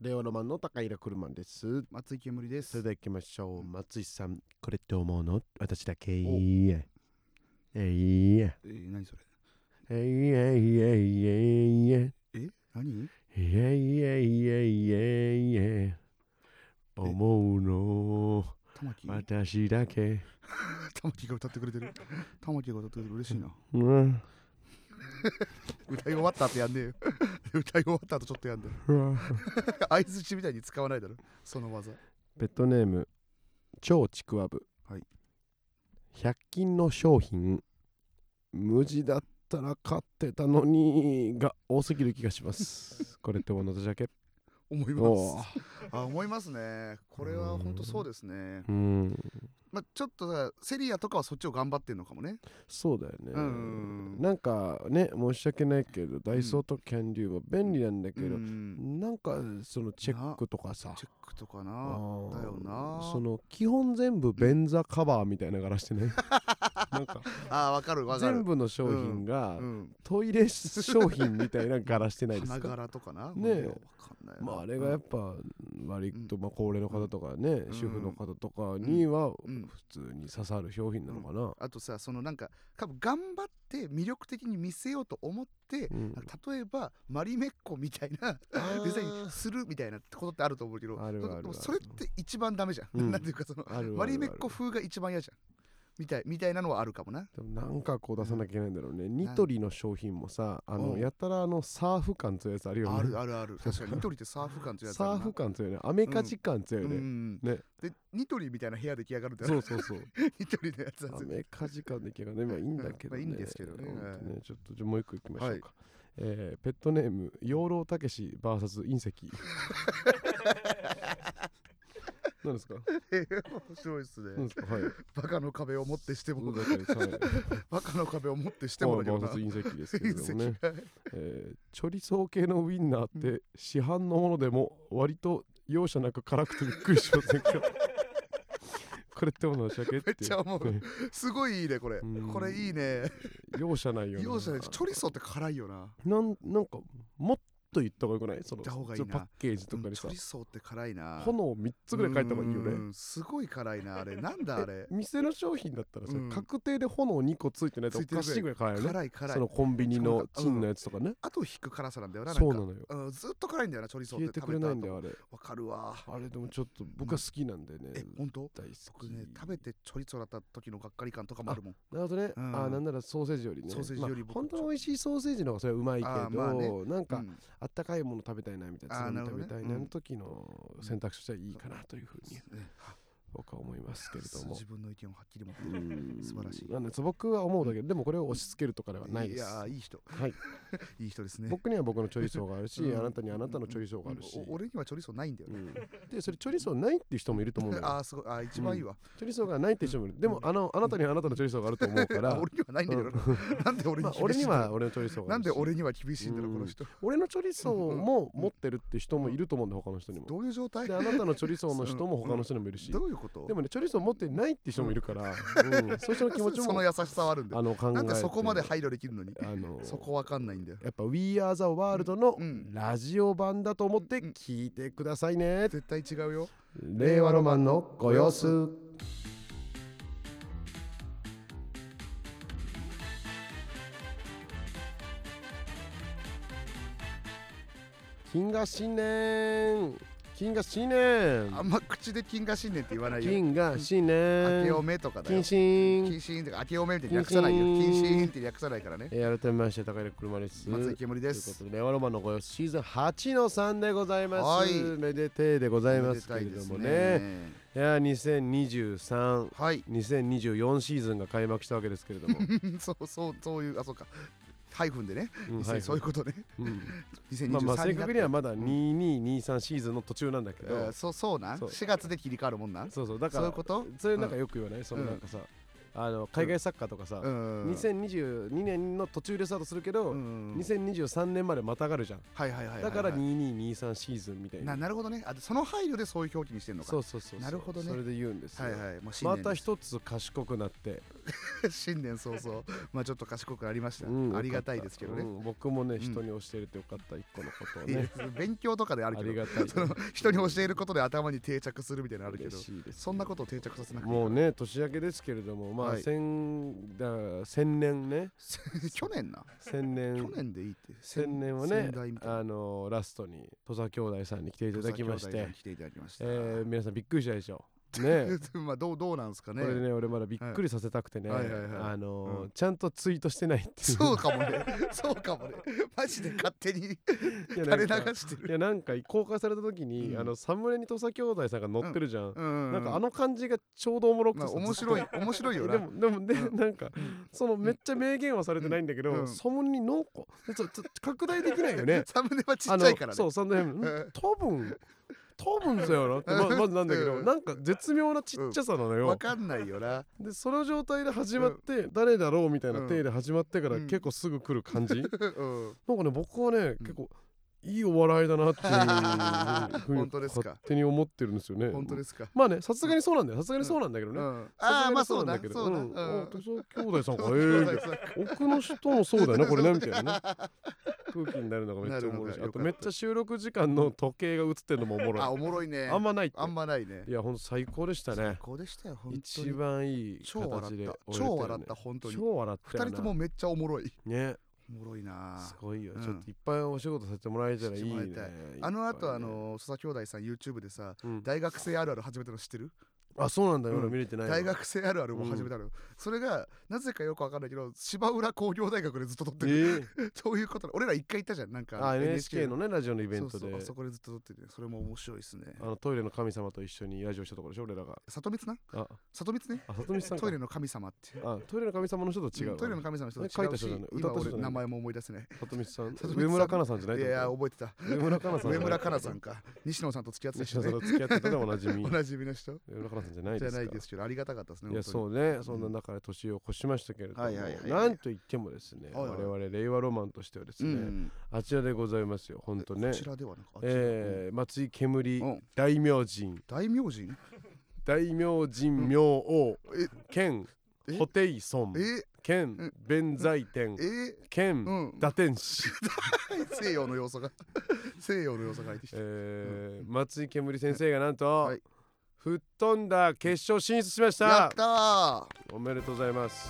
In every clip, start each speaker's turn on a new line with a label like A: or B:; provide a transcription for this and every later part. A: 令和ロマンの高平クルマンです
B: 松井煙で
A: そ
B: す
A: れでは行きましょう松井さんこれって思うの私だけ
B: お
A: いいええいえ
B: えー、何それ
A: えいえいえいえいえ
B: え何
A: いえいえいえいえいえ思うの
B: 玉木、
A: 私だけ
B: 玉木が歌ってくれてる玉木が歌ってくれてる嬉しいな
A: うん
B: 歌い終わった後やんねえよ 歌い終わった後ちょっとやんだよ相づちみたいに使わないだろその技
A: ペットネーム超ちくわぶ、
B: はい
A: 100均の商品無地だったら買ってたのにが多すぎる気がします これって私だけ
B: 思い
A: お
B: ますあ思いますねこれは本当そうですね
A: ーうん
B: まあちょっとだからセリアとかはそっちを頑張ってんのかもね
A: そうだよね、
B: うん
A: なんかね申し訳ないけどダイソーとキャンデューは便利なんだけ
B: う
A: ど、
B: ん
A: なんかそのチェックとかさ
B: チェックとか
A: あ
B: な
A: ー
B: だよな
A: その基本全部便座カバーみたいな柄してねなん か
B: あーわかるわかる
A: 全部の商品が、
B: うん
A: トイレ商品みたいな柄してないです
B: 花
A: か
B: 柄とかな
A: ねえ
B: わかんないな
A: まああれがやっぱ割とまあ高齢の方とかね、
B: ん
A: 主婦の方とかには
B: うんうん
A: 普通に刺さる商品なのかな、
B: あとさそのなんか多分頑張って魅力的に見せようと思って、
A: うん
B: 例えばマリメッコみたいなデザインするみたいなことってあると思うけど
A: あるあるある
B: でもそれって一番ダメじゃん、
A: うん
B: なんていうかその
A: あるあるある
B: マリメッコ風が一番嫌じゃんみたいみたいなのはあるかもな
A: でもなんかこう出さなきゃいけないんだろうね、ニ
B: ん
A: トリの商品もさあ
B: う
A: の
B: ん
A: やたらあのサーフ感強いやつあるよね
B: あるある ある確かにニトリってサーフ感というやつ
A: サーフ感強いよねアメカジ感強いよ
B: ね
A: ね、
B: うん
A: ね
B: でニトリみたいな部屋で来やがるんだ
A: そ
B: よ
A: うそうそう
B: ニトリのやつは
A: アメカジ感できるからねまあいいんだけどね、
B: うんまあいいんですけどね
A: ほんと
B: は
A: ちょっとじゃあもう一個いきましょうか、
B: はい
A: えーペットネーム養老たけし VS 隕石何ですか
B: 面白いっすね、
A: 何ですかはい
B: バカの壁を持ってしても
A: だからはい
B: バカの壁を持ってして
A: まあ
B: もだけど
A: VS
B: な
A: 隕石ですけれども
B: 隕
A: ね
B: 石、が
A: えーチョリソー系のウインナーって市販のものでも割と容赦なく辛くてびっくりしませんかこれってものしゃけって
B: めっちゃ思う
A: ね
B: すごいいいねこれ
A: うん
B: これいいね
A: 容赦ないよね
B: 容赦ないチョリソーって辛いよな
A: なんなんかもっと言った方がよくないその
B: 言った方がいい
A: そ
B: な
A: のパッケージ
B: う
A: とか
B: ん
A: に
B: チ
A: さ
B: ョリ、ソーって辛いな
A: 炎3つぐらい書いた方がいいよ
B: う
A: ね
B: んすごい辛 いなあれなんだあれ
A: 店の商品だったらさ、
B: うん
A: 確定で炎2個ついてないとお
B: ついて
A: か
B: る
A: しいぐらい買えるよね
B: 辛い辛
A: そ
B: い
A: のコンビニのチンのやつとかね、
B: あと引く辛さなんだよななん
A: そう
B: か
A: なのよ
B: うんずっと辛いんだよなチョリソー
A: 消え
B: ってて
A: くれないんだ
B: 後
A: よあれ
B: わかるわ
A: あれでもちょっと僕は好きなんだよね、
B: え本当
A: 大好
B: 僕
A: き
B: ね食べてチョリソーだった時のがっかり感とかもあるもん
A: なるほどね、
B: うん
A: あーなんならソーセージよりね
B: ソーセージより
A: まあ、
B: 僕
A: 本当の美味しいソーセージの方がそれはうまいけど、
B: あーまあね
A: なんか、
B: うん
A: あったかいもの食べたいなみたいなつま
B: あー
A: み
B: なるほ
A: 食
B: ど
A: べたい
B: ね
A: な
B: うん
A: の時の選択肢としてはいいかなというふうに
B: ね
A: 僕は思いますけれども
B: 自分の意見をはっきり持って
A: うん
B: 素晴らしい
A: なんです僕は思うだけどでもこれを押し付けるとかではないです
B: やーいい人
A: はい、
B: いい人ですね
A: 僕には僕のチョイスがあるし、
B: うん
A: あなたにはあなたのチョイスがあるし、
B: お俺にはチョリソーないんだよ
A: う
B: ね
A: んでそれチョイスないっていう人もいると思うんだよ
B: ああすごいあー一番いいわ
A: チョイスがないっていう人もいるでもあのあなたにはあなたのチョイスがあると思うか
B: あ
A: ら、
B: 俺にはないんだけどな なんで俺に
A: まあ
B: 厳しいんだろう
A: 俺には俺のチョイスがあるし
B: なんで俺には厳しいんだろ
A: う
B: うんこの人
A: 俺のチョリソーも持ってるって人もいると思うんだ他の人にも。
B: どういう状態
A: であなたのチョリソーの人も他の人にもいるし、
B: どういうこと
A: でもねチョリソー持ってないって人もいるから、うんそういう人の気持ち
B: そ
A: も
B: の優しさはあるんだ
A: あ
B: よ
A: の考えて
B: なんでそこまで配慮できるのに
A: あの
B: そこわかんないんだよ
A: やっぱ We Are the World の
B: うん
A: ラジオ版だと思って聞いてくださいね。
B: 絶対違うよ
A: 令和ロマンのご様子。金が新年金が新年
B: あんま口で金が新年って言わないよ
A: 金が新
B: 明けお
A: 年
B: めとかだ
A: 金
B: よ
A: 新
B: 金新とか明けおめって略さないよ
A: 金
B: 金
A: 新
B: 新って略さないからね
A: えー改めまして高平車です。
B: 松井煙で
A: というこ
B: す
A: とで、令和ロマンのご様子シーズン8の3でございます。
B: はい
A: めでてえでございますけれどもね。いやー、2023、
B: はい
A: 2024シーズンが開幕したわけですけれ ども。
B: そうそうそういうあそうかハイフンでね
A: うん
B: 2000そういうことね
A: うん
B: 2023
A: まあまあ正
B: にな
A: 確
B: って
A: にはまだ2223シーズンの途中なんだけ
B: えー
A: ど。
B: そうそうなん
A: そう
B: 4月で切り替わるもんなん
A: そうそう、だか
B: そういう
A: ら、
B: こと
A: それなんかよく言わないそのなんかさ。あの海外サッカーとかさ、
B: うん
A: 2022年の途中でスタートするけど、
B: うん
A: 2023年までまたがるじゃん、
B: はいはいはいはいはい
A: だから2223シーズンみたいな
B: ななるほどねあその配慮でそういう表記にしてるのか
A: そうそうそうそう
B: なるほどね
A: それで言うんですよ、
B: はいはいもう新
A: ま
B: 年
A: た
B: です
A: 一つ賢くなって、
B: 新年早々まあちょっと賢くありました、
A: うん
B: ありがたいですけどね、
A: よかったうん僕もね
B: ん
A: 人に教えれてよかった一個のことを
B: いや
A: ね
B: 勉強とかである
A: あ
B: け
A: り
B: ど
A: がたい
B: その人に教えることで頭に定着するみたいなのあるけど
A: 嬉しいです
B: そんなことを定着させなくていい
A: もうね年明けですけれどもまあ
B: はい
A: 千だ千年ね
B: 去年な
A: 千年
B: 去年でいいって
A: 千年はね
B: 先代みたいな
A: あのラストに土佐兄弟さんに来ていただきまし
B: 土佐兄弟
A: て
B: に来ていただきました、
A: えー皆さんびっくりしたで しょね
B: まあどうどうなんですか
A: こ
B: ね
A: れでね俺まだびっくりさせたくてね
B: はいはいはいはい
A: あの
B: う
A: ーちゃんとツイートしてないっていう
B: そうかもねそうかもねマジで勝手に
A: いや
B: 垂
A: な
B: れ
A: んか
B: 流してる
A: いやなんか公開された時に、
B: うん
A: あのサムネに土佐兄弟さんが載ってるじゃん、
B: うん
A: なんかあの感じがちょうどおもろくて
B: まあ
A: さ、
B: 面白
A: ず
B: い
A: っ
B: 面白い
A: と
B: よ
A: で
B: な
A: もでもで、
B: う
A: なんかそのめっちゃ明言はされてないんだけど、
B: うんうん
A: サムネになんかちょちょ拡大できないよね
B: サムネは ち
A: あ
B: っち
A: の
B: ゃいからね
A: そうサムネん
B: うん
A: 多分多分だよなってままずなんだけど、
B: うん
A: なんか絶妙なちっちゃさなの
B: わ
A: よ、
B: かんないよな
A: でその状態で始まって、誰だろうみたいな
B: うん
A: 体で始まってから、
B: うん
A: 結構すぐ来る感じ、
B: うん
A: なんかね僕はね、
B: ん
A: 結構いいお笑いだなっていうふうに
B: 本当ですか
A: 勝手に思ってるんですよね。
B: 本当ですか
A: まあねさすがにそうなんだよさすがにそうなんだけど
B: う
A: ね。
B: ん
A: さすが
B: ああ
A: に
B: まあそうだ
A: なんだけど
B: そうだ
A: ん
B: うん
A: あ土佐兄弟さん がええみたいな
B: そうだ
A: 奥の人もそうだよ ねこれねみたいなね空気になるのがめっちゃおもろいしあ
B: なるのがよ
A: と
B: かった
A: めっちゃ収録時間の時計が映ってるのもおもろ
B: あ
A: い
B: おもろいね
A: あんまないって
B: あんまないね
A: いやほんと最高でした
B: 最
A: ね
B: 高でしたよ本当
A: 一
B: に
A: 番いい
B: 超笑
A: 形
B: っ
A: で
B: た
A: 終えれ
B: 超
A: よ
B: 笑
A: ね
B: った本当に
A: 超笑った
B: 二
A: よな
B: 人ともめっちゃおもろい
A: ね
B: おもろいな
A: すごいよ
B: うん
A: ちょっといっぱいお仕事させてもらえたらいい
B: してもら
A: ね
B: いたいあ
A: い
B: の
A: っ
B: 後
A: ぱ
B: あ
A: いね
B: の土佐兄弟さん YouTube でさ
A: うん
B: 大学生あるある始めたの知ってる
A: あそうなんだよ、
B: うん
A: 俺見れてないわ
B: 大学生あるあるも始めたのよそれがなぜかよくわかんないけど芝浦工業大学でずっと撮っ
A: え
B: てる
A: ー
B: そういうことなの俺ら一回行ったじゃんなんか
A: あ NHK のねラジオのイ
B: イ
A: ベントで
B: あそこでずっと撮っててそれも面白いですね
A: あのトイレの神様と一緒にラジオしたところでしょ俺ら が
B: 里光な
A: あ
B: 里光ね
A: あ里見さんか
B: トイレの神様って
A: あトイレの神様の人と違うわ、
B: トイレの神様の人
A: 書い
B: と違
A: た人
B: うし
A: だね歌った
B: 今
A: 人だね
B: 俺名前も思い出せない
A: 里見さん
B: 里見さん
A: 上村かなさんじゃない
B: い
A: と
B: やい
A: 思う
B: や覚えてた
A: 上村かなさん
B: 上村かなさ
A: ん
B: んか西野さんと付き合ってた
A: 西野さ
B: 人
A: ん
B: ね
A: と付き合ってたでおなじみ
B: おなじみの人
A: 上村かなさんじゃない
B: じ
A: で
B: ゃ
A: す
B: な
A: か
B: いですけどありがたかったですね
A: いや
B: 本当に
A: そうね、そんな中で年を越しましたけれども、
B: はいはいはい
A: なんといってもですね、
B: はいはい
A: 我々令和ロマンとしてはですね、
B: うん
A: あちらでございますよ本当ね
B: こちらではなくあちら
A: えー、松井煙、
B: うん
A: 大明神
B: 大名人
A: 大明神明王
B: え
A: 兼
B: え
A: ホテイソン
B: え
A: 兼
B: ん
A: 弁財天
B: えう
A: 兼
B: ん
A: 打天使
B: 西洋の要素が 西洋の要素が入ってきて
A: えー松井煙先生がなんと
B: はい
A: 吹っ飛んだ決勝進出しまし
B: や
A: た
B: ったーあ
A: おめでとうございます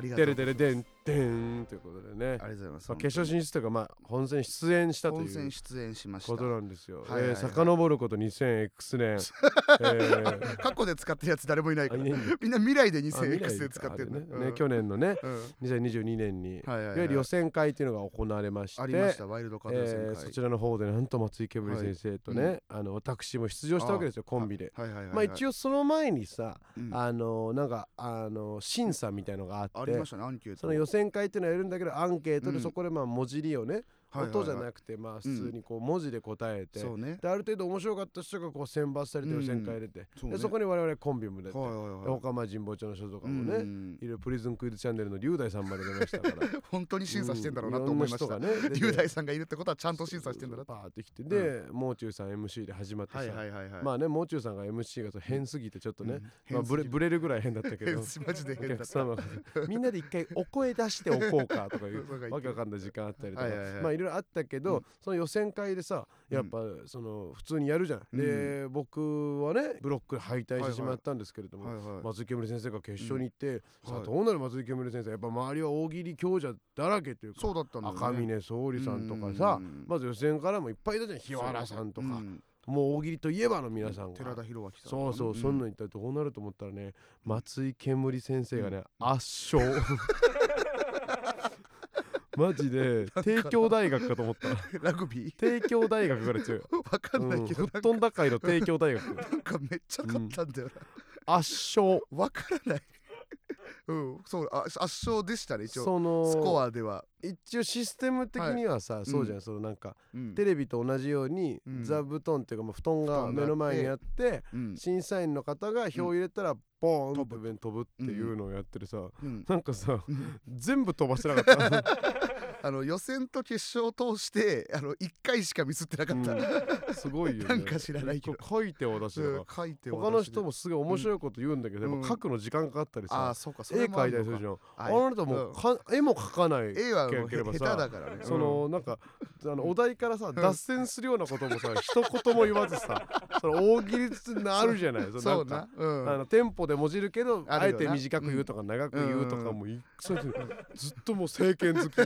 B: りがと
A: デ
B: う
A: レデレデンデンということでね
B: ありがとうございます
A: まあ決勝進出というかまあ本戦出演したと
B: 本
A: い
B: 戦
A: う
B: 出演しまし
A: こと
B: た
A: なんですよ
B: はいはいはい
A: えー遡ること 2000X 年えー
B: 過去で使ってるやつ誰もいないから
A: あいないんだ
B: みんな未来で
A: あ未来
B: 2000X で使ってる
A: かあれね
B: う
A: ね
B: ん
A: 去年のね
B: うん
A: 2022年に、
B: はい
A: い
B: はい
A: わ
B: は
A: ゆる予
B: い
A: 選会っていうのが行われまして
B: ありましたワイルドカード予選
A: えー
B: 会
A: そちらの方でなんと松井けぶり先生とね、
B: はい
A: あの私も出場したわけですよコンビで。
B: はいはいはいはい
A: まあ一応その前にさ、
B: うん
A: あのなんかあの審査みたいのがあっ
B: あ
A: て
B: りましたねアンケート
A: その予選会っていうのはやるんだけどアンケート
B: う
A: で
B: ん
A: そこでまあ文字利用ね、
B: はいはいはい
A: 音じゃなくてまあ普通にこう文字で答えて、
B: そうね
A: である程度面白かった人がこう選抜されて予選会出て、
B: そう
A: で
B: ね
A: そこに我々コンビも出て、
B: はいはい
A: で
B: はい
A: 他まあ神保町の人とかもね、
B: うん
A: いるプリズンクイズチャンネルの龍大さんまで出ましたから。
B: 本当に 審査してんだろうなと思いました
A: うんろんな人がね出て
B: 龍大さんがいるってことはちゃんと審査してんだな
A: パーってきてで、もう中さん MC で始まってさ、
B: はいはいはいはい
A: まあねもう中さんが MC がそう変すぎてちょっとね、
B: うん
A: まあ、
B: 変す
A: ブ
B: ぎ
A: レ
B: る
A: ブレるぐらい変だったけ
B: 変
A: ど
B: すマジで
A: お
B: 変だ
A: 客
B: った
A: 様が みんなで一回お声出しておこうかとかい
B: そうか
A: う
B: 言って
A: わけわかんない時間あったりとか、
B: はいはいはい
A: まあいろいろあったけど、
B: うん
A: その予選会でさやっぱその普通にやるじゃん、
B: うん
A: で僕はねブロック敗退してしまったんですけれども、
B: はいはい
A: 松井煙先生が決勝に行って、
B: うん
A: さ
B: は
A: あ
B: い
A: どうなる松井煙先生やっぱ周りは大喜利強者だらけというか
B: そうだったんだよね
A: 赤嶺総理さんとかさ
B: うん
A: まず予選からもいっぱいいたじゃん日原さんとか、
B: うん
A: もう大喜利といえばの皆さんが
B: 寺田博明さん
A: そうそう、そん
B: の
A: なん言ったらどうなると思ったらね松井煙先生がね、圧 勝マジで帝京大学かと思った
B: ラグビ
A: 帝京大学から強い
B: ー わかんないけど
A: うん、吹
B: な
A: っ
B: んか
A: 飛んだ回の 帝京大学
B: なんかめっちゃ勝ったんだよ
A: 圧勝
B: なわからないうんそうあ圧勝でしたね一応
A: その
B: スコアでは、
A: 一応システム的にはさ、そうじゃん、そのなんか
B: うん
A: テレビと同じように、
B: うん
A: 座布団っていうか、まあ、布団
B: 布
A: が
B: 団があって
A: 目の前にあって
B: うん
A: 審査員の方が票を入れたら、ボーン
B: 飛
A: っ
B: ぶ
A: て上に飛ぶっていうのをやってるさ、
B: うん
A: なんかさ
B: うん
A: 全部飛ばしてなかった
B: あの予選と決勝を通してあの1回しかミスってなかった、
A: う
B: うん ん、
A: すごいよね
B: なんか知らないけど
A: こう書いては出しだから
B: 書いて
A: 他の人
B: も
A: もすごい面白いこと言うんだけど、
B: う
A: や
B: ん
A: っぱ書くの時間かかったり
B: ああ
A: さ、
B: そうかそ
A: 絵
B: れもあ
A: 描いたり
B: る
A: する
B: の
A: じゃんあ
B: かはい
A: の人も
B: ん
A: か、絵も描かない
B: 絵はも
A: 描
B: う
A: け
B: へ
A: れば
B: 下
A: さ
B: 手だからね
A: そのなんかあの
B: うん
A: お題からさ
B: ん
A: 脱線するようなこともさ一言も言わずさその大喜利つなるじゃない
B: うん
A: の
B: そ
A: な
B: う
A: ん
B: な
A: か
B: う
A: あ
B: ん
A: のテンポでもじるけど
B: あ
A: あ
B: る
A: え
B: よな
A: て短く言うとか長く言うとかもいそれでずっともう政権好き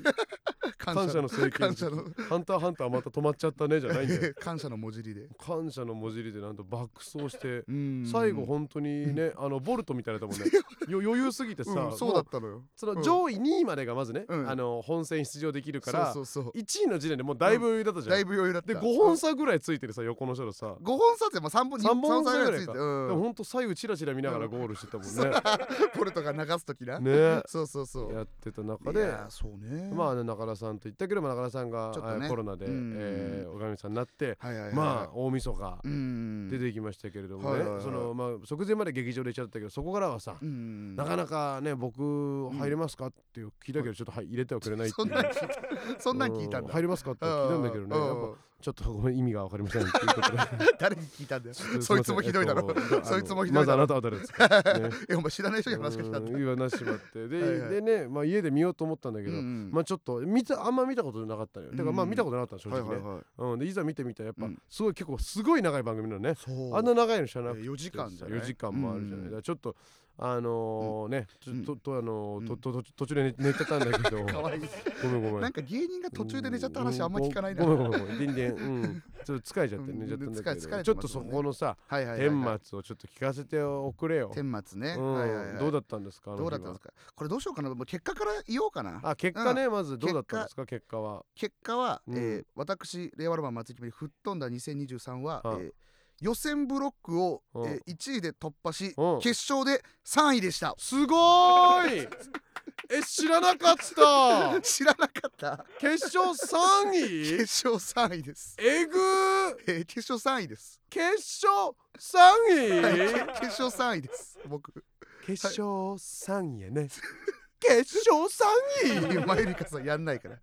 A: 感謝の政権
B: 感謝
A: 好
B: の
A: き「ハンターハンター」また止まっちゃったねじゃないんだよ
B: 感謝の文字入りで
A: 感謝の文字入りでなんと爆走して
B: うん
A: 最後本当にねあのボルトみたいなともんねよ余裕すぎてさ
B: うんそう
A: も
B: だ
A: う
B: ったのよ
A: その
B: うん
A: 上位2位までがまずね
B: うん
A: あの本戦出場できるから
B: そうそうそ
A: 1位の時点でもうだいぶ余裕だった
B: う
A: じゃん
B: だいぶ余裕だった
A: で5本差ぐらいついてるさ横の人のさ、
B: 5本差ってまあ3本
A: 三本差ぐらいか
B: 三本
A: でも
B: 差
A: ほんと左右チラチラ見ながらゴールしてたもんね。
B: ついてポルトが流す時な
A: ね
B: そうそうそう
A: やってた中
B: い
A: で
B: やーそうね
A: まあね中田さんと言ったけども中田さんが、
B: ちょっとね
A: あコロナで、
B: うん
A: えーおかみさんになって、
B: あはいはいはい
A: まあ大晦日
B: あうん
A: 出てきましたけれどもね、
B: はいはいはい
A: そのまあ直前まで劇場で行っちゃったけどそこからはさ、
B: うん
A: なかなかね僕入れますかっていう聞いたけどちょっと、はい、入れてはくれないって
B: そ
A: い
B: んな
A: う。
B: ん聞いたそんなん聞いたん
A: う
B: だ
A: 入れますかって聞いたんだけどね
B: う
A: やっ
B: ん
A: ぱちょっとごめん意味が分かりませんっていうことで
B: 誰に聞いたんだよ
A: すません
B: そいつもひどい だろ
A: えっとあの
B: そいつもひどいだろ
A: まずあなたは誰ですか、 ね、
B: えお前知らない人に話しかけたんだ
A: 言わなしまってで,、
B: はいはい
A: でね、まあ、家で見ようと思ったんだけど、
B: うん
A: まあちょっと見たあんま見たことなかったのよ、だからまあ
B: うん
A: 見たことなかったの正
B: はい
A: 直ね、
B: はいはい
A: うん、でいざ見てみたらやっぱ、
B: うん
A: すごい結構すごい長い番組なのね
B: そう
A: あんな長いの知らなくて
B: 4時間じゃない
A: 4時間もあるじゃない、
B: うん
A: だからちょっとあのーねちょ
B: うん
A: ととあのー
B: う
A: と
B: ん
A: とと途中で寝寝ちゃったんだけど
B: かわいい
A: ごめんごめん
B: なんか芸人が途中で寝ちゃった話あんま聞かないな
A: うんごめ
B: はい
A: んごめんごめん全 然、うん、ちょっと疲れちゃって寝ちゃったんだけど、
B: うん疲れ疲れてますもんね
A: ちょっとそこのさ
B: はいはいはい
A: 天末をちょっと聞かせておくれよ。
B: 天末ね
A: うん
B: はいはいはい
A: どうだったんですかあの日
B: どう
A: は
B: だったんですかこれどうしようかなもう結果から言おうかな
A: あ結果ね、まずどうだったんですか結果は。
B: 結果は、
A: うん
B: えー私令和ロマン松井君に吹っ飛んだ2023は、
A: はい
B: えー予選ブロックを、
A: うん
B: えー1位で突破し、
A: うん
B: 決勝で3位でした
A: すごーいえ知らなかった
B: 知らなかった
A: 決勝3位
B: 決勝3位です、
A: えぐー
B: えー決勝3位です、
A: 決勝
B: はい
A: 3
B: け
A: 位
B: 決勝3位です僕
A: 決勝3位やね。決勝3位
B: マユリカさんやんないから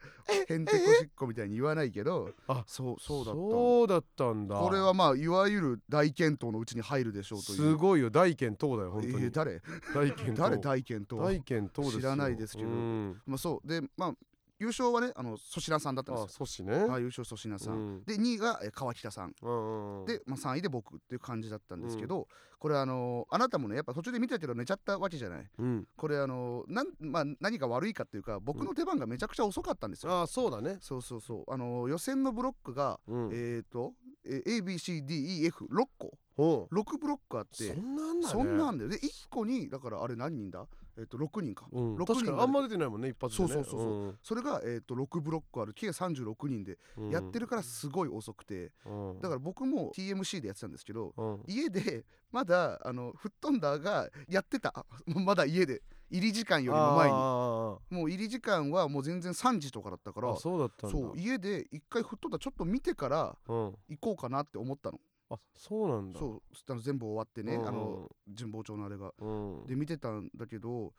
B: へんてこしっこみたいに言わないけど
A: あ
B: そうそうだった
A: そうだったんだ。
B: これはまあいわゆる大健闘のうちに入るでしょうという
A: すごいよ大健闘だよ本当
B: え
A: に。
B: ー誰
A: 大健闘。
B: 誰大健闘
A: 大健闘ですよ
B: 知らないですけど
A: うん
B: まあ、そうでまあ優勝はねあの粗品さんだったん
A: あ
B: ですよ
A: 阻止ね。
B: はい、優勝粗品さん、
A: うん
B: で2位がえー川北さん
A: うんうん
B: で、まあ、3位で僕っていう感じだったんですけど、これあのーあなたもねやっぱ途中で見てたけど寝ちゃったわけじゃない
A: うん、
B: これあのーなん、まあ、何が悪いかっていうか僕の出番がめちゃくちゃ遅かったんですよ、
A: ああそうだね。
B: そうそうそうあのー予選のブロックが、
A: うん、
B: えっ、と、えー ABCDEF6 個
A: ほう
B: 6ブロックあって
A: そんなんだね。
B: そんなんだよで1個にだからあれ何人だえっ、と6人か
A: うん、
B: 六
A: 確か
B: 人
A: に
B: が
A: あんま出てないもんね一発でね
B: そうそうそうそそれが、えー、と6ブロックある計36人で
A: うん
B: やってるからすごい遅くて、
A: うん
B: だから僕も TMC でやってたんですけど
A: うん
B: 家でまだあの吹っ飛んだがやってたまだ家で入り時間よりも前に
A: あ
B: もう入り時間はもう全然3時とかだったか
A: ー
B: ら
A: あそうだったんだ
B: そう家で一回吹っ飛んだちょっと見てから
A: うん、
B: 行こうかなって思ったの
A: あそうなんだ
B: そうあの全部終わってね
A: うん
B: あの神保町のあれが
A: うん
B: で見てたんだけど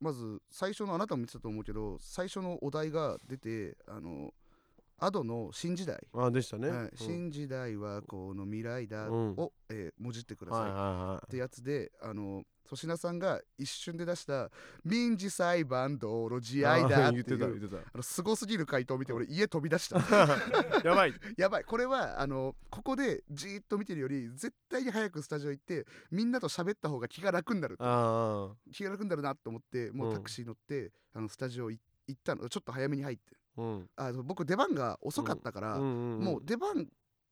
B: まず最初のあなたも見てたと思うけど最初のお題が出てあのアドの「新時代」
A: あでしたね、
B: はい
A: うん
B: 新時代はこの未来だ
A: うん
B: を、えーもじってください、
A: はいはいは
B: っ
A: い
B: てやつであの粗品さんが一瞬で出した「民事裁判道路慈愛だ」
A: あー
B: っ
A: 言ってて
B: い
A: た言
B: う。
A: ってた
B: あのすごすぎる回答を見て俺家飛び出した
A: やばい
B: やばいこれはあのここでじーっと見てるより絶対に早くスタジオ行ってみんなと喋った方が気が楽になる
A: あ
B: 気が楽になるなと思ってもううんタクシー乗って、あのスタジオい行ったのちょっと早めに入って
A: あうん
B: あの僕出番が遅かったから、
A: うんうんん
B: もう出番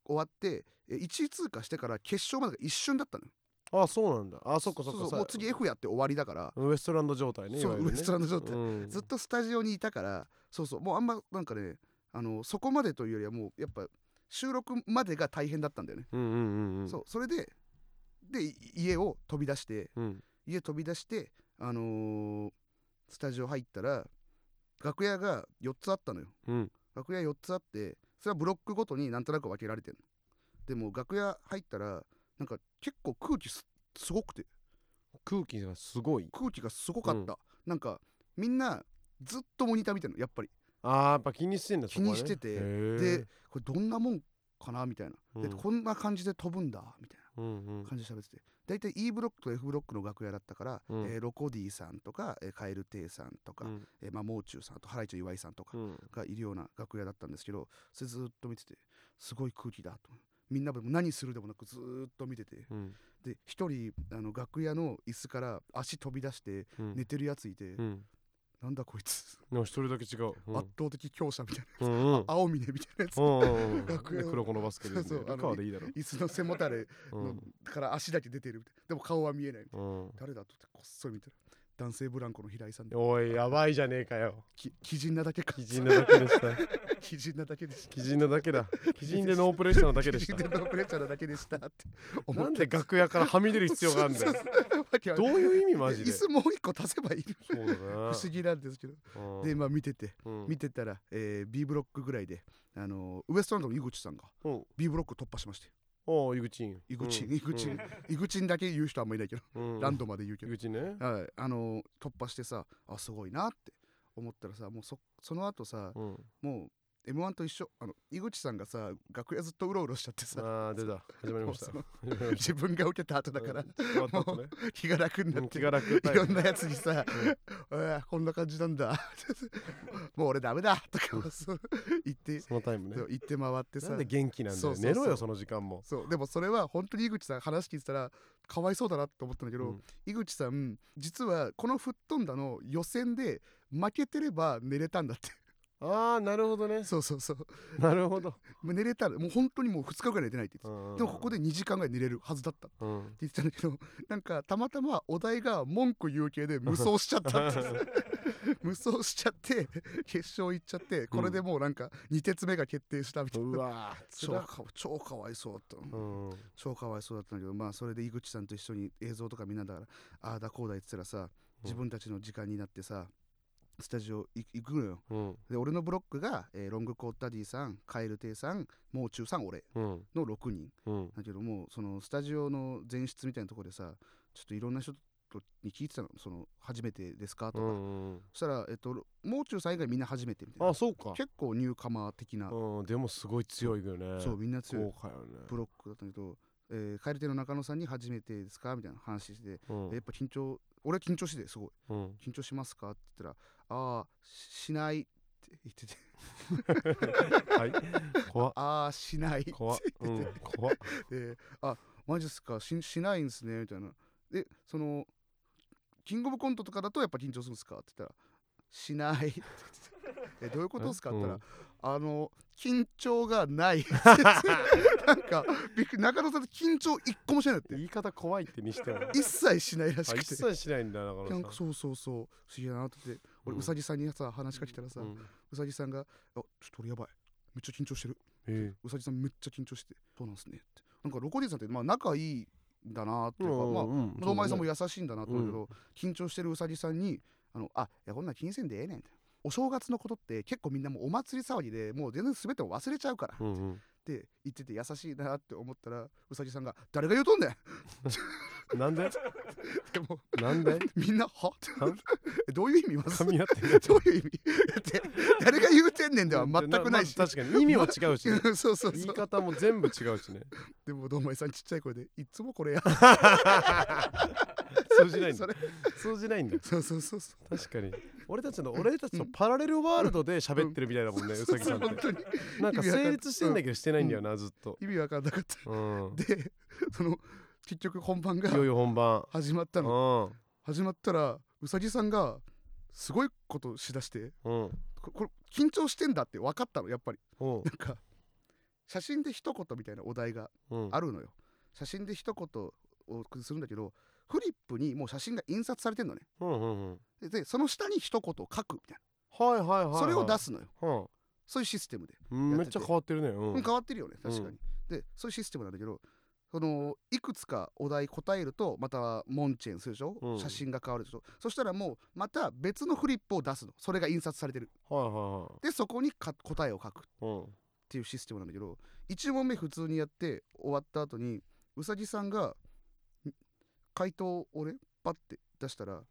B: 終わってえ1位通過してから決勝までが一瞬だったのよ
A: あそうなんだあそっかそっか
B: う
A: さ
B: うもう次 F やって終わりだから、
A: ウエストランド状態ね
B: そ
A: い
B: う
A: わゆる
B: ウエ
A: ね
B: ストランド状態、
A: うん
B: ずっとスタジオにいたからそうそうもうあんまなんかねあのそこまでというよりはもうやっぱ収録までが大変だったんだよね、
A: うんうんうんうん
B: そうそれででい家を飛び出して
A: うん
B: 家飛び出してあのースタジオ入ったら楽屋が4つあったのよ
A: うん
B: 楽屋4つあってそれはブロックごとになんとなく分けられてんのでも楽屋入ったらなんか結構空気すすごくて
A: 空気がすごい
B: 空気がすごかった、なんかみんなずっとモニター見てんのやっぱり
A: あーやっぱ気にしてんだそこはね
B: 気にしてて
A: へ
B: で
A: ー
B: これどんなもんかなみたいな、で
A: うん
B: こんな感じで飛ぶんだみたい
A: うんうん
B: な感じで喋ってて大体 E ブロックと F ブロックの楽屋だったから、
A: うん
B: えーロコディさんとか、えー、カエルテイさんとか、
A: うん
B: えーまあ、もう中さんあとハライチの岩井さんとか
A: うん
B: がいるような楽屋だったんですけどそれずっと見ててすごい空気だとみんなも何するでもなくずーっと見てて
A: うん
B: で一人あの楽屋の椅子から足飛び出して
A: うん
B: 寝てるやついて、
A: うん
B: なんだこいつ、
A: なんか一人だけ違ううん
B: 圧倒的強者みたい
A: うんうん
B: な青峰みたいなやつ、
A: うんうんうん
B: 楽屋
A: で黒子のバスケで
B: そうそうあの
A: 川でいいだろ
B: 椅子の背もたれ
A: う
B: の
A: ん
B: から足だけ出てるみたいなでも顔は見えない
A: うん
B: 誰だとってこっそり見たら男性ブランコの平井さんで
A: おいやばいじゃねえかよ
B: き鬼人な だけか
A: 鬼人なだけで した
B: 鬼人なだけでした
A: 鬼人なだけだ鬼人でノープレッシャーのだけでした
B: 鬼人のプレッシャーなだけでしたって思っ
A: なんで楽屋からはみ出る必要があるんだよ
B: て
A: どういう意味マジで
B: 椅
A: そう
B: 子もう一個足せばいい
A: だね
B: 不思議なんですけど
A: うん
B: でまあ見てて
A: うん
B: 見てたら、えー B ブロックぐらいで、あのーウエストランドの井口さんが
A: うん
B: B ブロック突破しまして
A: おう井口ん
B: 井口、
A: うん
B: 井口、井口だけ言う人あんまいないけど、
A: うんうん
B: ランドまで言うけ
A: 井
B: ど、
A: 口ね
B: はいあのー突破してさあすごいなって思ったらさもうそその後さ
A: うん
B: もう M1 と一緒あの井口さんがさ楽屋ずっとうろうろしちゃってさ
A: ああ出た始まりました
B: もう
A: 始まりまし
B: 自分が受けた後
A: た
B: だから
A: うん終わった後ね
B: 気が楽にな
A: う
B: っ
A: ん
B: て
A: 気
B: い
A: が楽タイ
B: ろ
A: プ
B: んなやつに さ「うわこんな感じなんだ もう俺ダメだ」とかそう言って
A: そのタイムね
B: そう言って回って
A: な
B: さ
A: んで元気なんだ
B: そう
A: よ
B: そうそう
A: 寝ろよその時間も
B: そうでもそれは本当に井口さん話聞いてたらかわいそうだなって思ったんだけど、
A: うん
B: 井口さん実はこの吹っ飛んだの予選で負けてれば寝れたんだって
A: ああなるほどね
B: そうそうそう
A: なるほど
B: もう寝れたらもう本当にもう2日ぐらい寝てないって言ってた、でもここ
A: で
B: で2時間ぐらい寝れるはずだったって
A: うん
B: 言ってたんだけど なんかたまたまお題が文句言う系で無双しちゃったって 無双しちゃって決勝行っちゃってこれでもうなんか2鉄目が決定したみたいな、
A: うわー
B: 超
A: 辛っ
B: かわ超かわいそうだったの、
A: うん
B: 超かわいそうだったんだけどまあそれで井口さんと一緒に映像とか見ながらああだこうだ言ってたらさ自分たちの時間になってさスタジオ行行くのよ
A: うん
B: で俺のブロックが、えーロングコートダディさんカエル亭さんもう中さん俺
A: うん
B: の6人
A: うん
B: だけどもそのスタジオの前室みたいなところでさちょっといろんな人とに聞いてたのその初めてですかと
A: う
B: か、
A: んうん
B: そしたら、えっと、もう中さん以外みんな初めてみたいな
A: あそうか
B: 結構ニューカマー的な、
A: うんでもすごい強いよね
B: そうみんな強い
A: 豪華よね
B: ブロックだったんだけど、えー、カエル亭の中野さんに初めてですかみたいな話して
A: うん
B: やっぱ緊張俺緊張しててすごい
A: うん
B: 緊張しますかって言ったら「ああししない」って言ってて
A: はい怖っ
B: 「ああしない」って
A: 怖っう
B: 言って、
A: ん怖って
B: であマジっすかししないんすね」みたいなでそのキングオブコントとかだとやっぱ緊張するんですかって言ったら「しない」って言っててえどういうことですか?」って言ったら、 あの緊張がない」 なんかびっくり中野さんって緊張一個もしないんだって
A: 言い方怖いってにしても
B: 一切しないらし
A: あ
B: く
A: 一
B: て
A: 切しないんだだか
B: なん
A: ら
B: か
A: さ
B: そうそうそう不思議だなってて俺
A: うん
B: うさぎさんにさ話しかけたらさ、
A: う
B: うんさぎさんが「あちょっと俺やばいめっちゃ緊張してる
A: え
B: うさぎさんめっちゃ緊張しててそうなんすね」ってなんかロコディさんってまあ仲いいんだなって
A: え
B: いうか、まあ
A: ん
B: 堂前さんも
A: や
B: 優しいんだなと思うけど、緊張してるうさぎさんに「あのあいやこんなん気にせんでええねん」ってお正月のことって結構みんなもうお祭り騒ぎでもう全然全てを忘れちゃうから、
A: う
B: っ
A: んうん
B: て言ってて優しいなって思ったらうさぎさんが「誰が言うとんねん!」
A: なんで
B: ってもう
A: なんで
B: みんな「は?」ってどういう意味まず
A: 噛み合ってる
B: どういう意味だって誰が言うてんねんでは全くないし。
A: 確かに意味も違うしね
B: そうそうそう
A: 言い方も全部違うしね
B: でも堂前さんちっちゃい声でいつもこれや
A: 通じないん
B: そ
A: だ
B: れ
A: 通じないんだ
B: そうそうそうそう
A: 確かに俺たちの俺たちのパラレルワールドで喋ってるみたいだもんねうさぎさんっ
B: 本
A: て
B: 当に
A: なんか成立してんだけどしてないんだよなずっと
B: 意味わかんなかっ
A: うん
B: たでその結局本番が
A: いよいよ本番
B: 始まった
A: う
B: の
A: ん
B: 始まったらうさぎさんがすごいことしだして
A: うん
B: ここれ緊張してんだって分かったのやっぱり
A: うん
B: なんか写真で一言みたいなお題が
A: うん
B: あるのよ写真で一言をするんだけどフリップにもう写真が印刷されてんのね
A: うんうんうん
B: ででその下に一言を書くみたい
A: はいはいはいは
B: ないそれを出すのよ
A: うん
B: そういうシステムで、
A: うん
B: や
A: めっ
B: っ
A: てち
B: て
A: ゃ変わってるねう
B: うん
A: ん
B: 変わってるよね確かに、
A: うん
B: でそういうシステムなんだけどそのいくつかお題答えるとまたモンチェンするでしょ、
A: うん
B: 写真が変わるでしょそしたらもうまた別のフリップを出すのそれが印刷されてる
A: はいは
B: でそこにか答えを書くっ
A: いはい。
B: ていうシステムなんだけど1問目普通にやって終わった後にうさぎさんがん回答を俺パッて出したら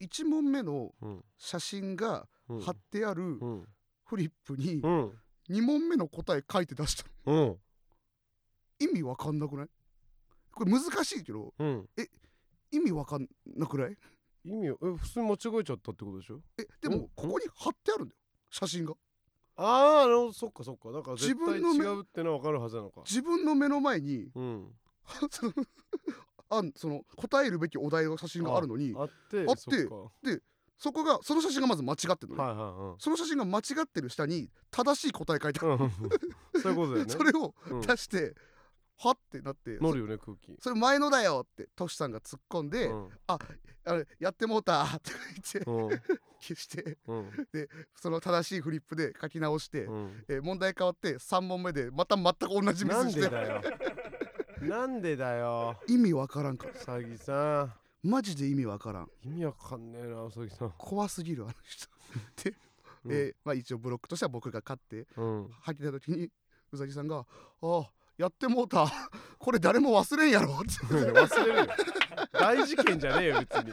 B: 1問目の
A: うん。
B: 写真が
A: うん。
B: 貼ってある
A: うん。
B: フリップに
A: うん。
B: 2問目の答え書いて出したの
A: うん。
B: 意味わかんなくないこれ難しいけど
A: うん。
B: 意味わかんなくない
A: 意味を、え、普通に間違えちゃったってことでしょ
B: えで
A: ん
B: もここに貼ってあるんだよ写真が
A: ああ、なるほど、そっかそっか。だから
B: 自
A: 絶対
B: 分の目
A: 違うってのはわかるはずなのか。
B: 自分の目の前に
A: うん。
B: そのあんその答えるべきお題の写真があるのに
A: あって、
B: あって
A: そっか
B: そこがその写真がまず間違ってるのね、
A: はいは
B: その写真が間違ってる下に正しい答え書いてあ
A: い
B: る、
A: はい。うん。そういうことだよね。
B: それを
A: うん
B: 出して、はってなって
A: 乗るよね、空気。
B: それ前のだよってトシさんが突っ込んで、
A: うん。
B: あれやってもうたって言って
A: うん。
B: 消して
A: うん。
B: その正しいフリップで書き直して、
A: うん。
B: えー問題変わって3問目でまた全く同じミ
A: なん
B: スし
A: で
B: て
A: だよ。なんでだよ。
B: 意味わからんから
A: うさぎさん。
B: マジで意味わからん
A: 意味わかんねえな、うさぎさん。
B: 怖すぎるあの人
A: うん
B: で、まあ、一応ブロックとしては僕が勝って
A: うん。
B: 吐き出た時にうさぎさんが「ああやってもうた これ誰も忘れんやろ」って
A: いや忘れるよ大事件じゃねえよ 別に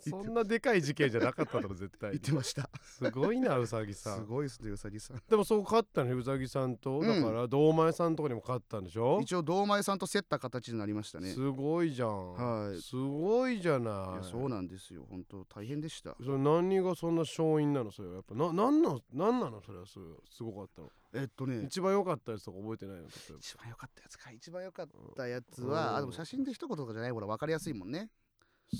A: そんなでかい事件じゃなかっただろ絶
B: 言
A: 対
B: ってました
A: すごいなうさぎさ
B: す
A: ん
B: ごいですねうさぎさん
A: でもそう勝ったねうさぎさんと
B: うん
A: だから堂前さんとかにも勝ったんでしょ、
B: 一応堂前さんと競った形になりましたねい
A: すごいじゃん、
B: はい
A: すごいじゃな
B: や
A: い
B: そうなんですよ本当大変でした
A: それ何がそんな勝因なのそれはやっぱななんなんなんなのそれはすすごかったの、
B: えっとね
A: 一番良かったやつとか覚えてないの例えば
B: 一番良かったやつか一番良かっ
A: うん
B: たやつ
A: うん
B: はあでも写真で一言とかじゃないほら分かりやすいもんね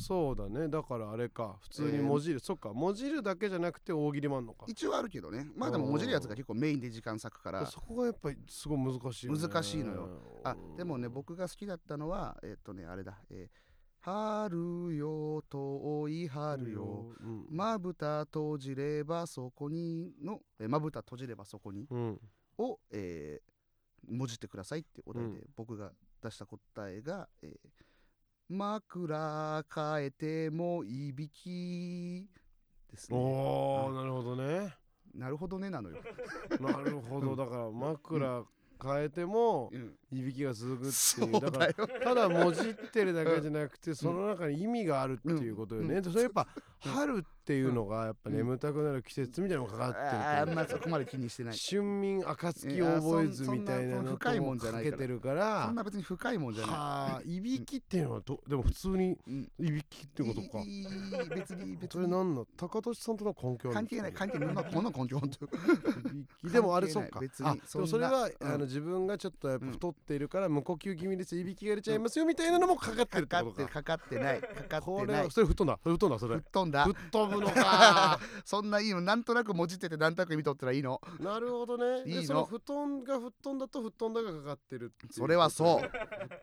A: そうだねだからあれか普通にもじる、そっかもじるだけじゃなくて大喜利もあんのか
B: 一応あるけどねまあでも文字るやつが結構メインで時間割くから
A: そこがやっぱりすごい難しいよね
B: 難しいのよあでもね
A: うん
B: 僕が好きだったのはえっとねあれだ、えー春よ遠い春よ、
A: うん
B: まぶた閉じればそこにのえーまぶた閉じればそこに
A: うん
B: を、えー、もじってくださいってお題で、
A: うん
B: 僕が出した答えが、えー枕変えてもいびきですね
A: おおなるほどね
B: なるほどねなのよ、
A: なるほどだから枕変えても
B: うん、
A: いびきが続くって
B: そ
A: いうだか
B: うだ
A: ら
B: よ
A: ただもじってるだけじゃなくてその中に意味があるっていうことよね、
B: う
A: でそれやっぱ
B: うん
A: 春っていうのがやっぱ
B: うん
A: 眠たくなる季節みたいなのがかかってるから
B: あーあんまそこまで気にしてない
A: 春眠暁を覚えずみたいなの
B: いやそんそんなそんな深い
A: と
B: も
A: も
B: んじゃ
A: か
B: ないか
A: け
B: ら
A: てるから
B: そんな別に深いもんじゃない
A: はあいびきっていうのはどでも普通に
B: うん
A: いびきってことか
B: いいいい 別に別
A: それ
B: に
A: なんの高俊さんとの関係ある
B: 関係ない関係ないこんな根拠本当
A: いびきでもあれそ
B: 関
A: っ
B: 係
A: か
B: ない別に
A: あでもそれは、
B: そん
A: あ
B: なうん
A: の自分がちょっとやっぱ
B: うん
A: 太っているから無呼吸気味ですいびきが出ちゃいますよみたいなのもかかってるって
B: か
A: こ
B: かっ
A: と
B: て
A: か
B: かかってないかかっ
A: こ
B: て
A: れ
B: ない
A: はそれ吹っ飛んだそれ吹っ飛んだそれ
B: 吹っ飛んだ
A: 吹っ飛ぶの か
B: そんないいのなんとなくもじっててなんとなく意味取ったらいいの
A: なるほどね
B: いい
A: で
B: の
A: その布団が布団だと布団だがかかってるっていう
B: それはそう
A: 布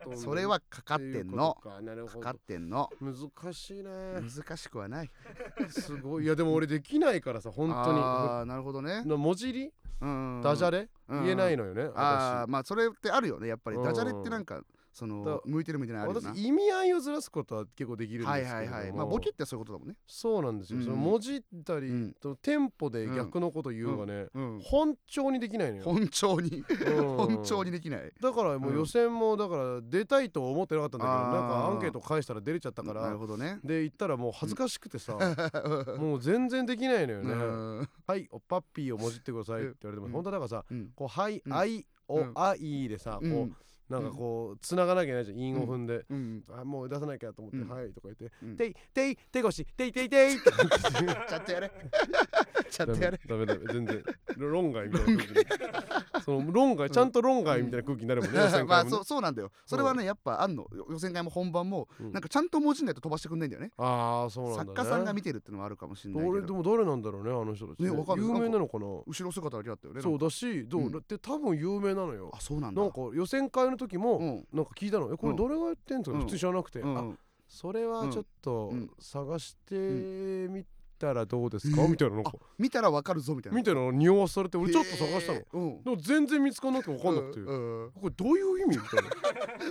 A: 団だ
B: それはかかってん
A: っ
B: の
A: ていうことかなる
B: か
A: ほ
B: かっ
A: ど
B: てんの
A: 難しいね
B: 難しくはない
A: すごいいやでも俺できないからさ本当に
B: あーなるほどね
A: の文字入り
B: うん
A: ダジャレ、
B: うん
A: 言えないのよね、
B: ああ
A: 私
B: まあそれってあるよねやっぱり
A: うん
B: ダジャレってなんかその
A: だ
B: 向いてるみたいなのあるよな
A: 私意味合いをずらすことは結構できるん
B: は
A: で
B: い
A: すけ
B: は
A: れ
B: い
A: ども、
B: はいまあボケってそういうことだもんね
A: そうなんですよ、
B: うん
A: その文字ったり、
B: うん
A: とテンポで逆のこと言うがね、
B: うん
A: 本調にできないのよ、
B: 本調に
A: うん
B: 本調にできない
A: だからもう予選もだから出たいと思ってなかったんだけど、
B: あー
A: なんかアンケート返したら出れちゃったか
B: なる
A: ら
B: ほど ね
A: で行ったらもう恥ずかしくてさ、もう全然できないのよ
B: う
A: ね、
B: ん
A: はいおっぱっぴーをもじってくださいって言われても、
B: うん
A: 本当だからさ
B: うん
A: こうはい、
B: うん
A: あいお、
B: うん
A: あいでさこう、なんかこう繋がなきゃいけないじゃん韻を踏んで、
B: うん
A: あもう出さなきゃと思って「
B: うん
A: はい」とか言って
B: うん
A: 「ていていてごし手いていてい」とか言って
B: ちゃん とやれちゃ
A: ダ
B: んとや
A: メ
B: れ
A: ダメダメ全然ろ論外みたいな空気にその論外ちゃんと論外みたいな空気になるもんね予選
B: ま
A: 会
B: あ
A: もね
B: そうそうなんだよそれはねやっぱあんの予選会も本番も
A: うん
B: なんかちゃんと文字ないと飛ばしてくんないんだよね
A: ああそうなんだね
B: 作家さんが見てるってのもあるかもしれないけ
A: 俺で
B: ど
A: も誰なんだろうねあの人たち
B: ねわかんない
A: 有名なのかな
B: 後ろ姿だけだったよね
A: そう
B: だ
A: だしど
B: う
A: うんだって多分有名なのよ
B: あそうなんだ
A: なんか予選会の時も
B: うん
A: なんか聞いたのえこれ
B: うん
A: どれがやってんすか
B: うん
A: 普通に知らなくて
B: う
A: あ
B: ん
A: それはちょっと
B: うん
A: 探してみたらどうですか
B: え
A: みたいななんか
B: 見たらわかるぞみたいな
A: みたいな匂わされて俺ちょっと探したの
B: へーうん
A: でも全然見つからなくて分かんなくて、
B: うんうん
A: これどういう意味みたい な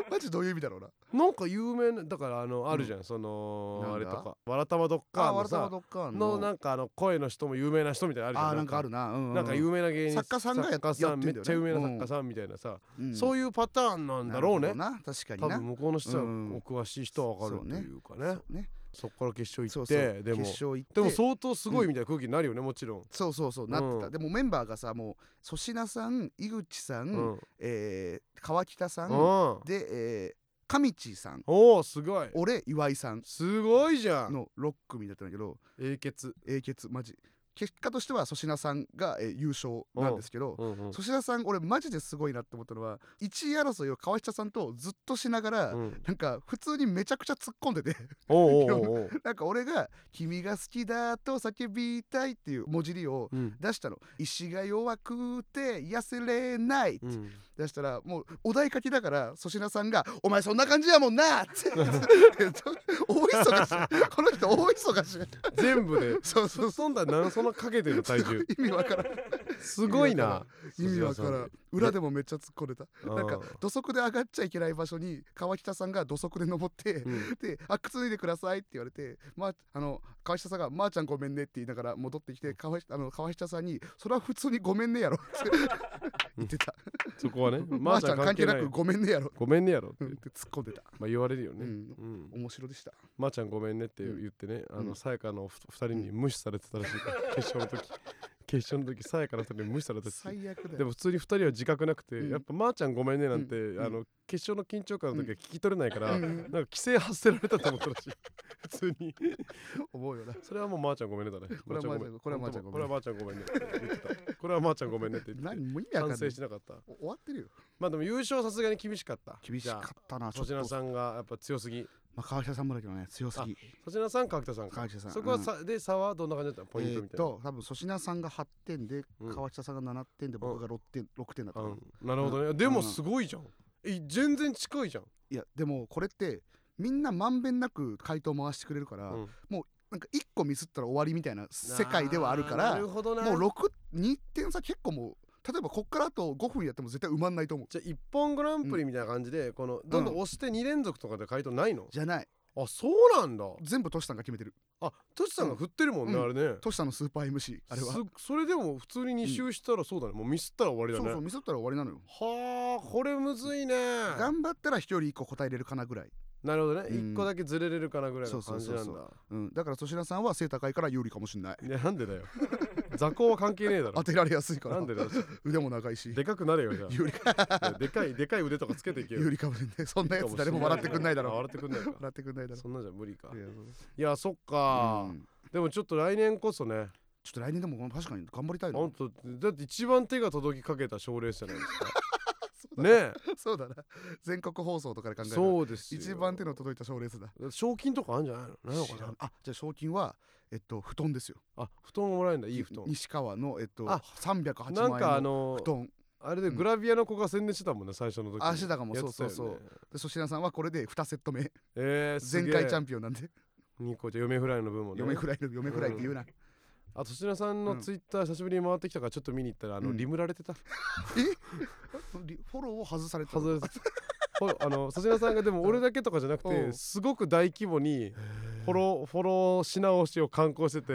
B: マジどういう意味だろうな
A: なんか有名なだからあのあるじゃん、その
B: なんだ
A: あれとか「わらたまドッカー
B: あわ
A: の
B: らたま
A: さ
B: ドッカーン
A: の
B: の
A: なんかあの声の人も有名な人みたいなのあるじゃん
B: あーなんかあるなうんうん
A: なんか有名な芸人
B: 作家さんがやっ
A: 作家さん
B: やって
A: めっ
B: んだよね
A: ちゃ有名な作家さんみたいなさ、
B: うん
A: そういうパターンなんだろうね
B: なるほどな確かに
A: 多
B: な
A: 分向こうの人はお
B: うん
A: 詳しい人は分か
B: そ
A: る
B: う
A: と
B: ね
A: いうかね
B: そうね
A: そこから決勝行
B: そう
A: っ
B: そう
A: てでも
B: 決勝行って
A: でも相当すごいみたいな空気になるよねもちろん。
B: そうそうそうなってた、
A: うん
B: でもメンバーがさもう粗品さん井口さん、
A: うん
B: えー川北さん、
A: うん
B: で、えー、上地さん
A: おおすごい
B: 俺岩井さん
A: すごいじゃん
B: の6組だったんだけど
A: 英傑
B: 英傑マジ結果としては粗品さんが、えー優勝なんですけど
A: うんうん
B: 粗品さん俺マジですごいなって思ったのは1位争いを川北さんとずっとしながら、
A: うん
B: なんか普通にめちゃくちゃ突っ込んでて
A: おうおうおうお う
B: なんか俺が「君が好きだと叫びたい」っていう文字りを
A: うん
B: 出したの「石が弱くて痩せれない」って
A: うん
B: 出したらもうお題書きだから粗品さんが「お前そんな感じやもんな」って大忙しいこの人大忙しい
A: 全部で
B: そうそう
A: そそんだ何そんなかけてる体重
B: 意味わからん
A: すごいな
B: 意味わからん裏でもめっちゃ突っ込んでたなんか土足で上がっちゃいけない場所に川北さんが土足で登って、
A: うん
B: で「あ靴脱いでください」って言われて、まあ、あの川下さんが「まー、ちゃんごめんね」って言いながら戻ってきて川下あの川下さんに「それは普通にごめんねやろ」 って言ってた
A: そこはね
B: 「 まー、ちゃん関係な
A: ない
B: くごめんねやろ」
A: ごめんねやろって
B: うんって突っ込んでた、
A: まあ言われるよね
B: う
A: うん
B: ん面白でした
A: まーちゃんごめんねって言ってねあ
B: う
A: の
B: ん
A: さやかのふ二人に無視されて たらしい決勝の時決勝の時さやかの二人に無視されてた
B: 最悪だよ
A: でも普通に二人は自覚なくて
B: うん
A: やっぱまーちゃんごめんねなんて
B: うん
A: あの決勝の緊張感の時は聞き取れないか
B: う
A: ら
B: ん
A: なんか規制発せられたと思ったらしい普通に
B: 思うよな
A: それはもうまーちゃんごめんねだね
B: これはまーちゃん
A: ま
B: これはまーちゃ
A: これはまーちゃ
B: ん
A: んごめんねって言ってたこれはまーちゃんごめんねって言って
B: 何も意味
A: た反
B: わかんな
A: 省
B: い
A: しなかった
B: お終わってるよ
A: まあでも優勝はさすがに厳しかった
B: 厳しか
A: じゃ
B: ったな
A: あ
B: ちょっ
A: 粗品
B: と、
A: さんがやっぱ強すぎ
B: まあ、川下さんもだけどね強すぎ
A: 粗品さん角田さんか
B: 川下さん
A: そこは
B: うん
A: さ、で差はどんな感じだったのポイントみたいな
B: えー、と多分粗品さんが8点で、
A: うん
B: 川下さんが7点で僕が6点 ,6 点だった
A: う
B: から、
A: ん、なるほどね、でもすごいじゃんえ全然近いじゃん、
B: いやでもこれってみんなまんべんなく回答回してくれるから、
A: うん
B: なんか1個ミスったら終わりみたいな世界ではあるから
A: なる
B: も
A: ほど
B: う
A: な
B: 62点差結構もう例えばこっからあと5分やっても絶対埋まんないと思う
A: じゃあ一本グランプリみたいな感じで、このどんどん押して2連続とかで回答ないの、
B: じゃない
A: あそうなんだ
B: 全部トシさんが決めてる
A: あトシさんが振ってるもんね、
B: うん
A: あれね
B: トシさんのスーパー MC あれは
A: すそれでも普通に2周したらそうだね、もうミスったら終わりだ
B: そ
A: ね
B: うそうミスったら終わりなのよ
A: はあこれむずいね
B: 頑張ったら1人1個答えれるかなぐらい、
A: なるほどね、一
B: うん
A: 個だけずれれるかなぐらいの
B: そう
A: 感
B: そう
A: じ
B: そ
A: なん
B: うそう
A: だ
B: うん、だから粗品さんは背高いから有利かもしんない
A: いやなんでだ よ座高は関係ねえだろ
B: 当てられやすいから
A: なんでだよ
B: 腕も長いし
A: でかくなれよじ ゃあ
B: 有利
A: いやでかいでかい腕とかつけていけよ
B: 有利かもしんないそんなやつ誰も笑ってくんないだろ
A: あ笑ってくんないか
B: 笑ってくんないだろ
A: そんなんじゃ無理か
B: いやそう
A: いやそっか、
B: うん
A: でもちょっと来年こそね
B: ちょっと来年でも確かに頑張りたいな
A: ほんとだって一番手が届きかけた賞レースじゃないですか
B: そうだな
A: ね
B: そうだな全国放送とかで考
A: え
B: えたら
A: そうですよ
B: 一番手の届いた賞レースだ
A: 賞金とかあるんじゃないのないの
B: 知
A: からなん
B: あじゃあ賞金はえっと布団ですよ
A: あ布団もらえるんだいい布団
B: 西川のえっと
A: あ
B: 308
A: な
B: 万
A: んかあ
B: 円の
A: の
B: 布団
A: あれでグラビアの子が宣伝してたもんね最初の時
B: あしてたかも
A: やってたよ
B: そう
A: ね
B: そうそうで粗品さんはこれで2セット目
A: えー、すげ
B: 前
A: え
B: 回チャンピオンなんで
A: ニコちゃん嫁フライの部門ね
B: 嫁フライの嫁フライって言うな
A: あと品さん
B: う
A: の
B: ん
A: ツイッター久しぶりに回ってきたからちょっと見に行ったらあの、
B: うん
A: リムられてた
B: リフォローを外された
A: 外れてたほあの粗品さんがでも俺だけとかじゃなく
B: う
A: て
B: ん
A: すごく大規模にフォローフォローし直しを敢行 してて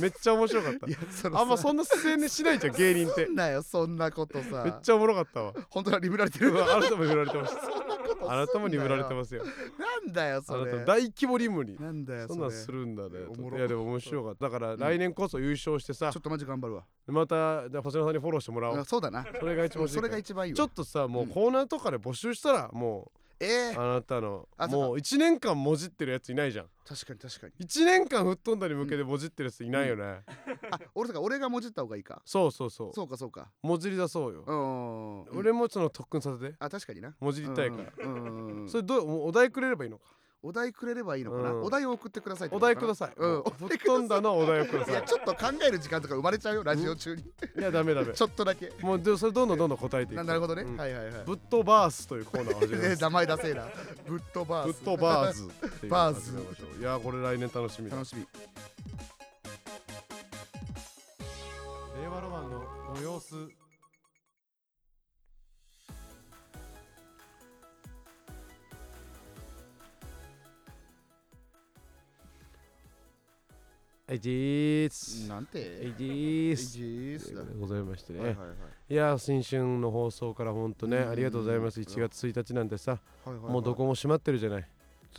A: めっちゃ面白かっ
B: いやそ
A: たあんまそんな宣伝しないじゃん芸人って
B: んなよそんなことさ
A: めっちゃおもろかったわ
B: 本当だリブられて
A: う
B: る
A: わあなたもリムられてました
B: そんなことすんなよ
A: あなたもリムられてますよ
B: なんだよ
A: あ
B: そ
A: な
B: れ
A: た大規模リムに
B: なんだよ
A: そん
B: そ
A: なん
B: れ
A: す
B: ち
A: るんだね
B: おもろ
A: いやでも面白かっただから来年こそ優勝してさ
B: ょっとマジ頑張るわ
A: またじゃあ粗品さんにフォローしてもらおう
B: あそうだな
A: それが一番
B: それが
A: いい
B: 一番いいわ
A: ちょっとさもううんコーナーとかで募集したらも
B: え
A: う
B: え
A: あなたの
B: あそうか
A: もう1年間もじってるやついないじゃん
B: 確かに確かに
A: 1年間吹っ飛んだに向けてもじってるやついないよね
B: あ俺とか俺がもじった方がいいか
A: そうそうそう
B: そうかそうか
A: もじり出そうよ
B: うん
A: 俺もその特訓させて
B: あ確かにな
A: もじりたいから
B: うん
A: それどうお題くれればいいのか
B: お題くれればいいのかな
A: うん
B: お題を送ってくださいって
A: お
B: こと
A: 題
B: か
A: く
B: な
A: ださい
B: うん
A: もう吹っ飛んだのお題をくだ
B: い
A: さ
B: や
A: い
B: ちょっと考える時間とか生まれちゃうよラジオ中に
A: いやダメダメ
B: ちょっとだけ
A: もうでそれどんどんどんどん答えてい
B: な
A: く
B: なるほどね
A: うん
B: はいはいはい
A: ぶっとバースというコーナーを始め ま
B: ね
A: す
B: 名前出せえなぶっ飛ば
A: ぶっ
B: す
A: とバーズっていうのを
B: バーズ
A: 始めましょういやこれ来年楽しみだ
B: 楽しみ
A: バロマンのご様子えじーす
B: なんて
A: えじー
B: エ
A: す
B: ジースだ
A: ということでございましてね、
B: はいはいはい
A: いやー新春の放送からほんとね
B: うん
A: ありがとうございます
B: うん
A: 1月1日なんてさ
B: はいはいはい
A: もうどこも閉まってるじゃない、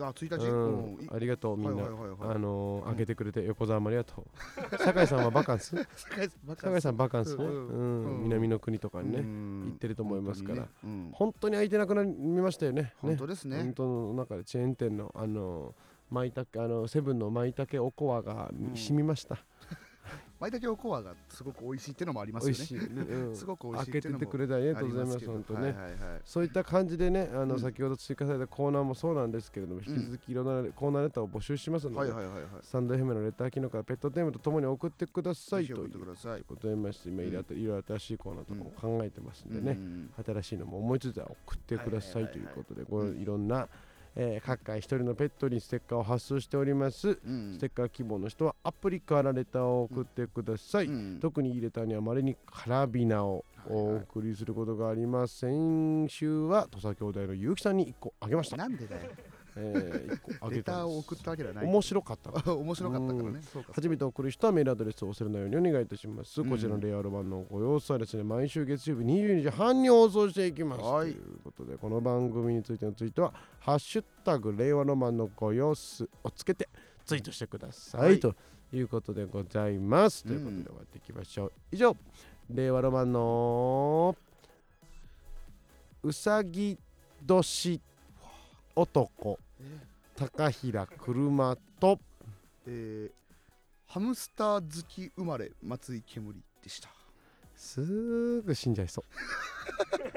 B: あ1日
A: うん
B: うんい
A: ありがとうみんな
B: は
A: い
B: はいはいは
A: あ
B: い
A: のー
B: うん
A: 開けてくれて横澤もありがとう酒井さんはバカンス
B: 酒井さんバカ
A: 酒井さんバカンスね、う
B: うんんうん
A: 南の国とかにね、
B: 行
A: 行ってると思いますから
B: うん
A: 本当に空いてなくなりましたよね
B: 本当ですね
A: 本当の中でチェーン店のあの舞茸あのセブンの舞茸おこわが
B: うん
A: 染みました、
B: 舞茸おこわがすごく美味しいってのもあります
A: 美
B: よ
A: 味
B: ね
A: しい、うん
B: すごく美味
A: 開
B: しい
A: け
B: って
A: て
B: いうの
A: て
B: も
A: くれてありが
B: あ
A: とう
B: り
A: ございます
B: ますけど
A: 本当ね、
B: はいはいはい
A: そういった感じでねあの、
B: うん
A: 先ほど追加されたコーナーもそうなんですけれども、引き続きいろんなコーナーレターを募集しますので、
B: はいはいはいはい
A: スタンド FM のレター機能からペットテーマとともに送ってください
B: ぜひ
A: と
B: 送
A: い
B: ってく
A: う
B: ださい
A: ことでまして今いろいろいろ新しいコーナーとかも考えてますんでね、
B: うん
A: 新しいのも思いついたら送ってください
B: はい
A: と
B: はいいうはいは
A: こ
B: い
A: とでこう
B: うん
A: いろんな、えー各界一人のペットにステッカーを発送しております
B: うん
A: ステッカー希望の人はアプリからレターを送ってください、
B: うん
A: 特にいいレターにはまれにカラビナをお送りすることがあります、先週は土佐兄弟の結城さんに1個あげました、
B: なんでだよ
A: えー、1個あげ
B: レター
A: たん
B: を
A: で
B: 送っ
A: す
B: たわけではない
A: 面白かったな
B: 面白かったからねそうか
A: 初めて送る人はメールアドレスを忘れないようにお願いいたします、
B: うん
A: こちらのレイアル版のご様子はですね毎週月曜日22時半に放送していきます、
B: はい
A: ということでこの番組についてのツイートは「ハッシュタグ令和ロマンのご様子」をつけてツイートしてください、
B: はい
A: ということでございます、ということで終わっていきましょう以上令和ロマンのうさぎ年男高平車と
B: えーハムスター好き生まれ松井煙でした
A: すーぐ死んじゃいそう